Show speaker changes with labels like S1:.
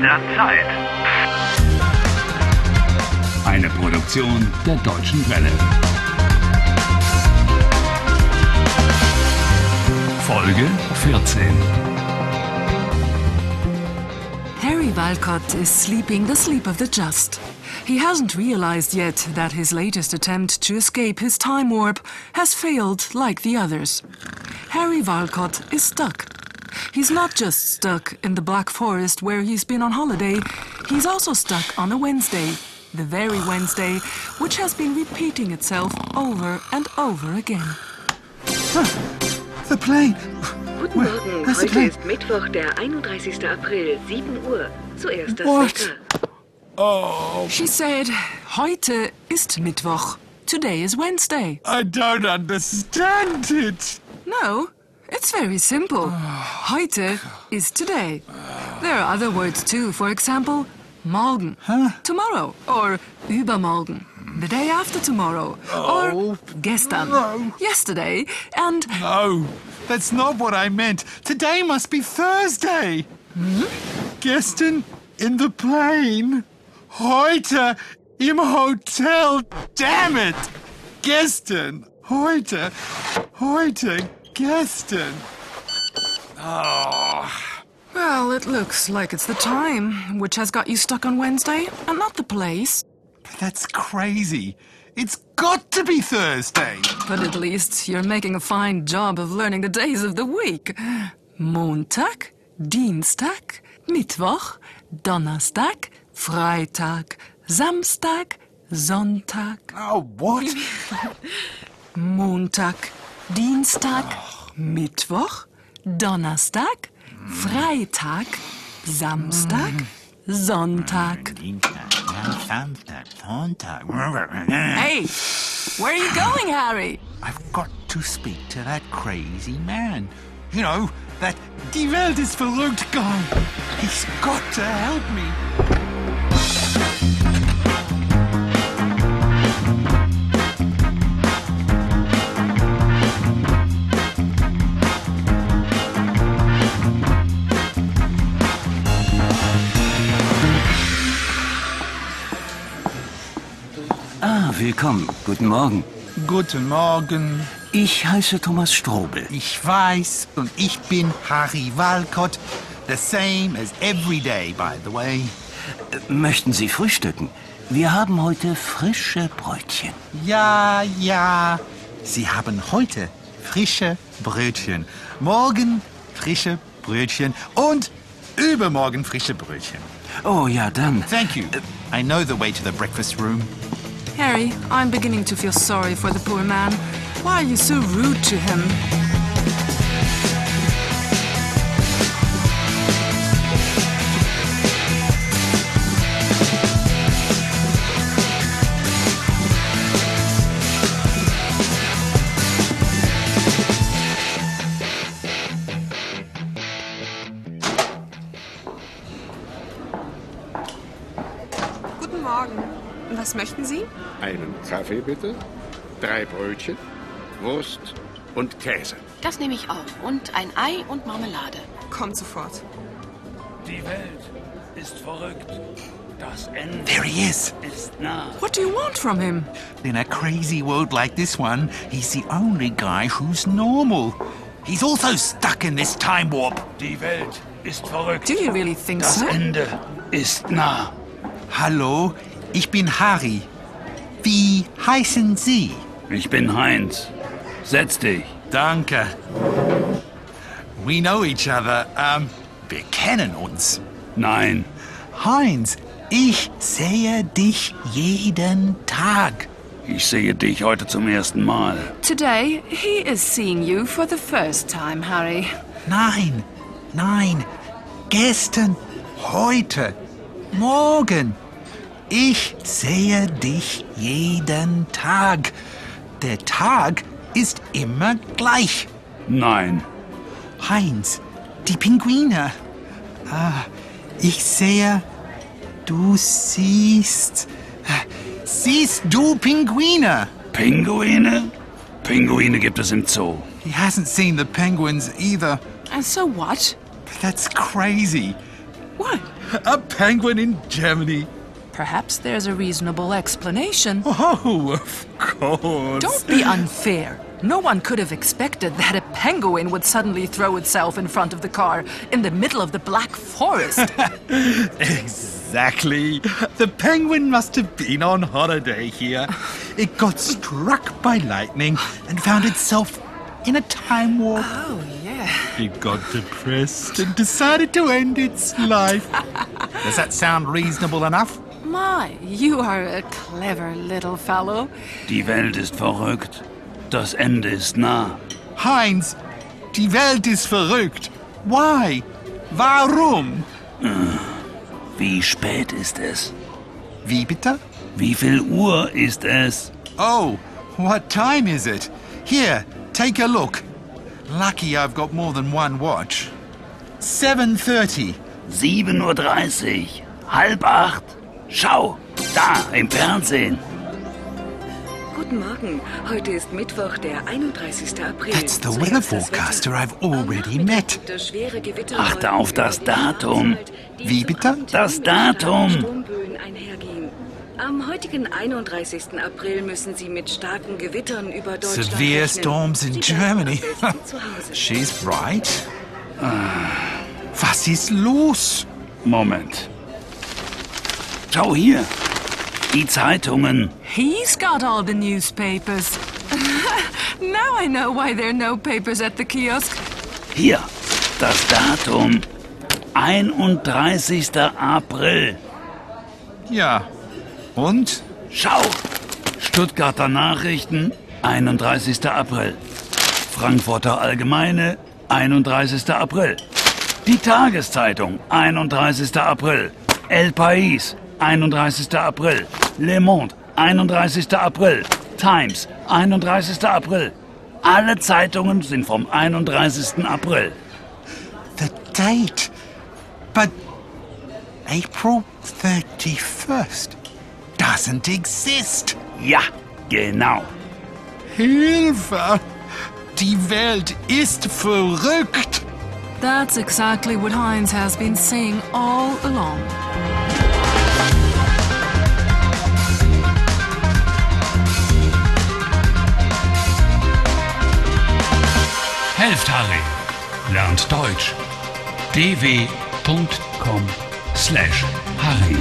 S1: der Zeit.
S2: Eine Produktion der Deutschen Welle. Folge 14.
S3: Harry Walcott is sleeping the sleep of the just. He hasn't realized yet that his latest attempt to escape his time warp has failed like the others. Harry Walcott is stuck. He's not just stuck in the Black Forest where he's been on holiday, he's also stuck on a Wednesday, the very Wednesday which has been repeating itself over and over again.
S4: The plane.
S5: Guten
S4: Well,
S5: Morgen,
S4: that's
S5: heute
S4: okay.
S5: ist Mittwoch, der 31. April, 7 Uhr. Zuerst das
S4: What? Oh.
S5: Wetter.
S3: She said, Heute ist Mittwoch. Today is Wednesday.
S4: I don't understand it.
S3: No, it's very simple.
S4: Oh.
S3: Heute is today. There are other words too, for example, morgen, tomorrow, or übermorgen, the day after tomorrow, or gestern,
S4: Oh. No.
S3: yesterday, and
S4: No, that's not what I meant. Today must be Thursday. Gestern in the plane. Heute im Hotel. Damn it. Gestern. Heute. Heute. Gestern.
S3: well, it looks like it's the time which has got you stuck on Wednesday and not the place.
S4: But that's crazy. It's got to be Thursday.
S3: But at least you're making a fine job of learning the days of the week. Montag, Dienstag, Mittwoch, Donnerstag, Freitag, Samstag, Sonntag,
S4: Oh, what?
S3: Montag, Dienstag, Mittwoch, Donnerstag, Freitag, Samstag, Sonntag. Hey, where are you going, Harry?
S4: I've got to speak to that crazy man. You know, that Die Welt ist verrückt guy. He's got to help me.
S6: Ah, willkommen. Guten Morgen.
S4: Guten Morgen.
S6: Ich heiße Thomas Strobel.
S4: Ich weiß und ich bin Harry Walcott. The same as every day, by the way.
S6: Möchten Sie frühstücken? Wir haben heute frische Brötchen.
S4: Ja, ja. Sie haben heute frische Brötchen. Morgen frische Brötchen. Und übermorgen frische Brötchen.
S6: Oh ja, dann.
S4: Thank you. I know the way to the breakfast room.
S3: Harry, I'm beginning to feel sorry for the poor man. Why are you so rude to him?
S7: Guten Morgen. Was möchten Sie?
S8: Einen Kaffee bitte, drei Brötchen, Wurst und Käse.
S9: Das nehme ich auch. Und ein Ei und Marmelade.
S7: Kommt sofort.
S2: Die Welt ist verrückt. Das Ende
S4: There he is.
S2: ist nah.
S3: What do you want from him?
S4: In a crazy world like this one, he's the only guy who's normal. He's also stuck in this time warp.
S2: Die Welt ist verrückt.
S3: Do you really think
S2: Das
S3: so?
S2: Ende ist nah.
S4: Hallo, ich bin Harry. Wie heißen Sie?
S2: Ich bin Heinz. Setz dich.
S4: Danke. We know each other. Um, wir kennen uns.
S2: Nein.
S4: Heinz, ich sehe dich jeden Tag.
S2: Ich sehe dich heute zum ersten Mal.
S3: Today, he is seeing you for the first time, Harry.
S4: Nein, nein. Gestern, heute, morgen. Ich sehe dich jeden Tag. Der Tag ist immer gleich.
S2: Nein.
S4: Heinz, die Pinguine. Ah, ich sehe, du siehst. Siehst du Pinguine?
S2: Pinguine? Pinguine gibt es im Zoo.
S4: He hasn't seen the penguins either.
S3: And so what?
S4: That's crazy.
S3: What?
S4: A penguin in Germany.
S3: Perhaps there's a reasonable explanation.
S4: Oh, of course.
S3: Don't be unfair. No one could have expected that a penguin would suddenly throw itself in front of the car in the middle of the Black Forest.
S4: Exactly. The penguin must have been on holiday here. It got struck by lightning and found itself in a time warp.
S3: oh, yeah.
S4: It got depressed and decided to end its life. Does that sound reasonable enough?
S3: My, you are a clever little fellow.
S2: Die Welt ist verrückt. Das Ende ist nah.
S4: Heinz, die Welt ist verrückt. Why? Warum?
S2: Wie spät ist es?
S4: Wie bitte?
S2: Wie viel Uhr ist es?
S4: Oh, what time is it? Here, take a look. Lucky I've got more than one watch. 7:30.
S2: 7.30 Uhr. Halb acht. Schau, da im Fernsehen.
S5: Guten Morgen, heute ist Mittwoch, der 31. April.
S4: That's the
S5: Zuerst
S4: weather
S5: das
S4: forecaster
S5: Wetter.
S4: I've already
S5: Am
S4: met.
S5: Nachmittag schwere Gewitterwolken
S2: Achte auf das
S5: über die
S2: Datum.
S5: Nahrungswelt, die
S4: Wie
S5: zum
S4: bitte?
S5: Abend
S2: Das
S5: hin mit starken
S2: Datum.
S5: Sturmböen einhergehen. Am heutigen 31. April müssen Sie mit starken Gewittern über Deutschland
S4: Severe
S5: rechnen.
S4: storms in
S5: Sie bleiben
S4: Germany.
S5: am besten zu Hause.
S4: She's right. Ah, Was ist los?
S2: Moment. Schau hier. Die Zeitungen.
S3: He's got all the newspapers. now I know why there are no papers at the kiosk.
S2: Hier. Das Datum. 31. April.
S4: Ja. Und?
S2: Schau! Stuttgarter Nachrichten, 31. April. Frankfurter Allgemeine, 31. April. Die Tageszeitung, 31. April. El País, 31. April. Le Monde, 31. April. Times, 31. April. Alle Zeitungen sind vom 31. April.
S4: The date. But April 31st doesn't exist.
S2: Ja, genau.
S4: Hilfe! Die Welt ist verrückt!
S3: That's exactly what Heinz has been saying all along.
S1: Helft Harry. Lernt Deutsch. dw.com slash Harry.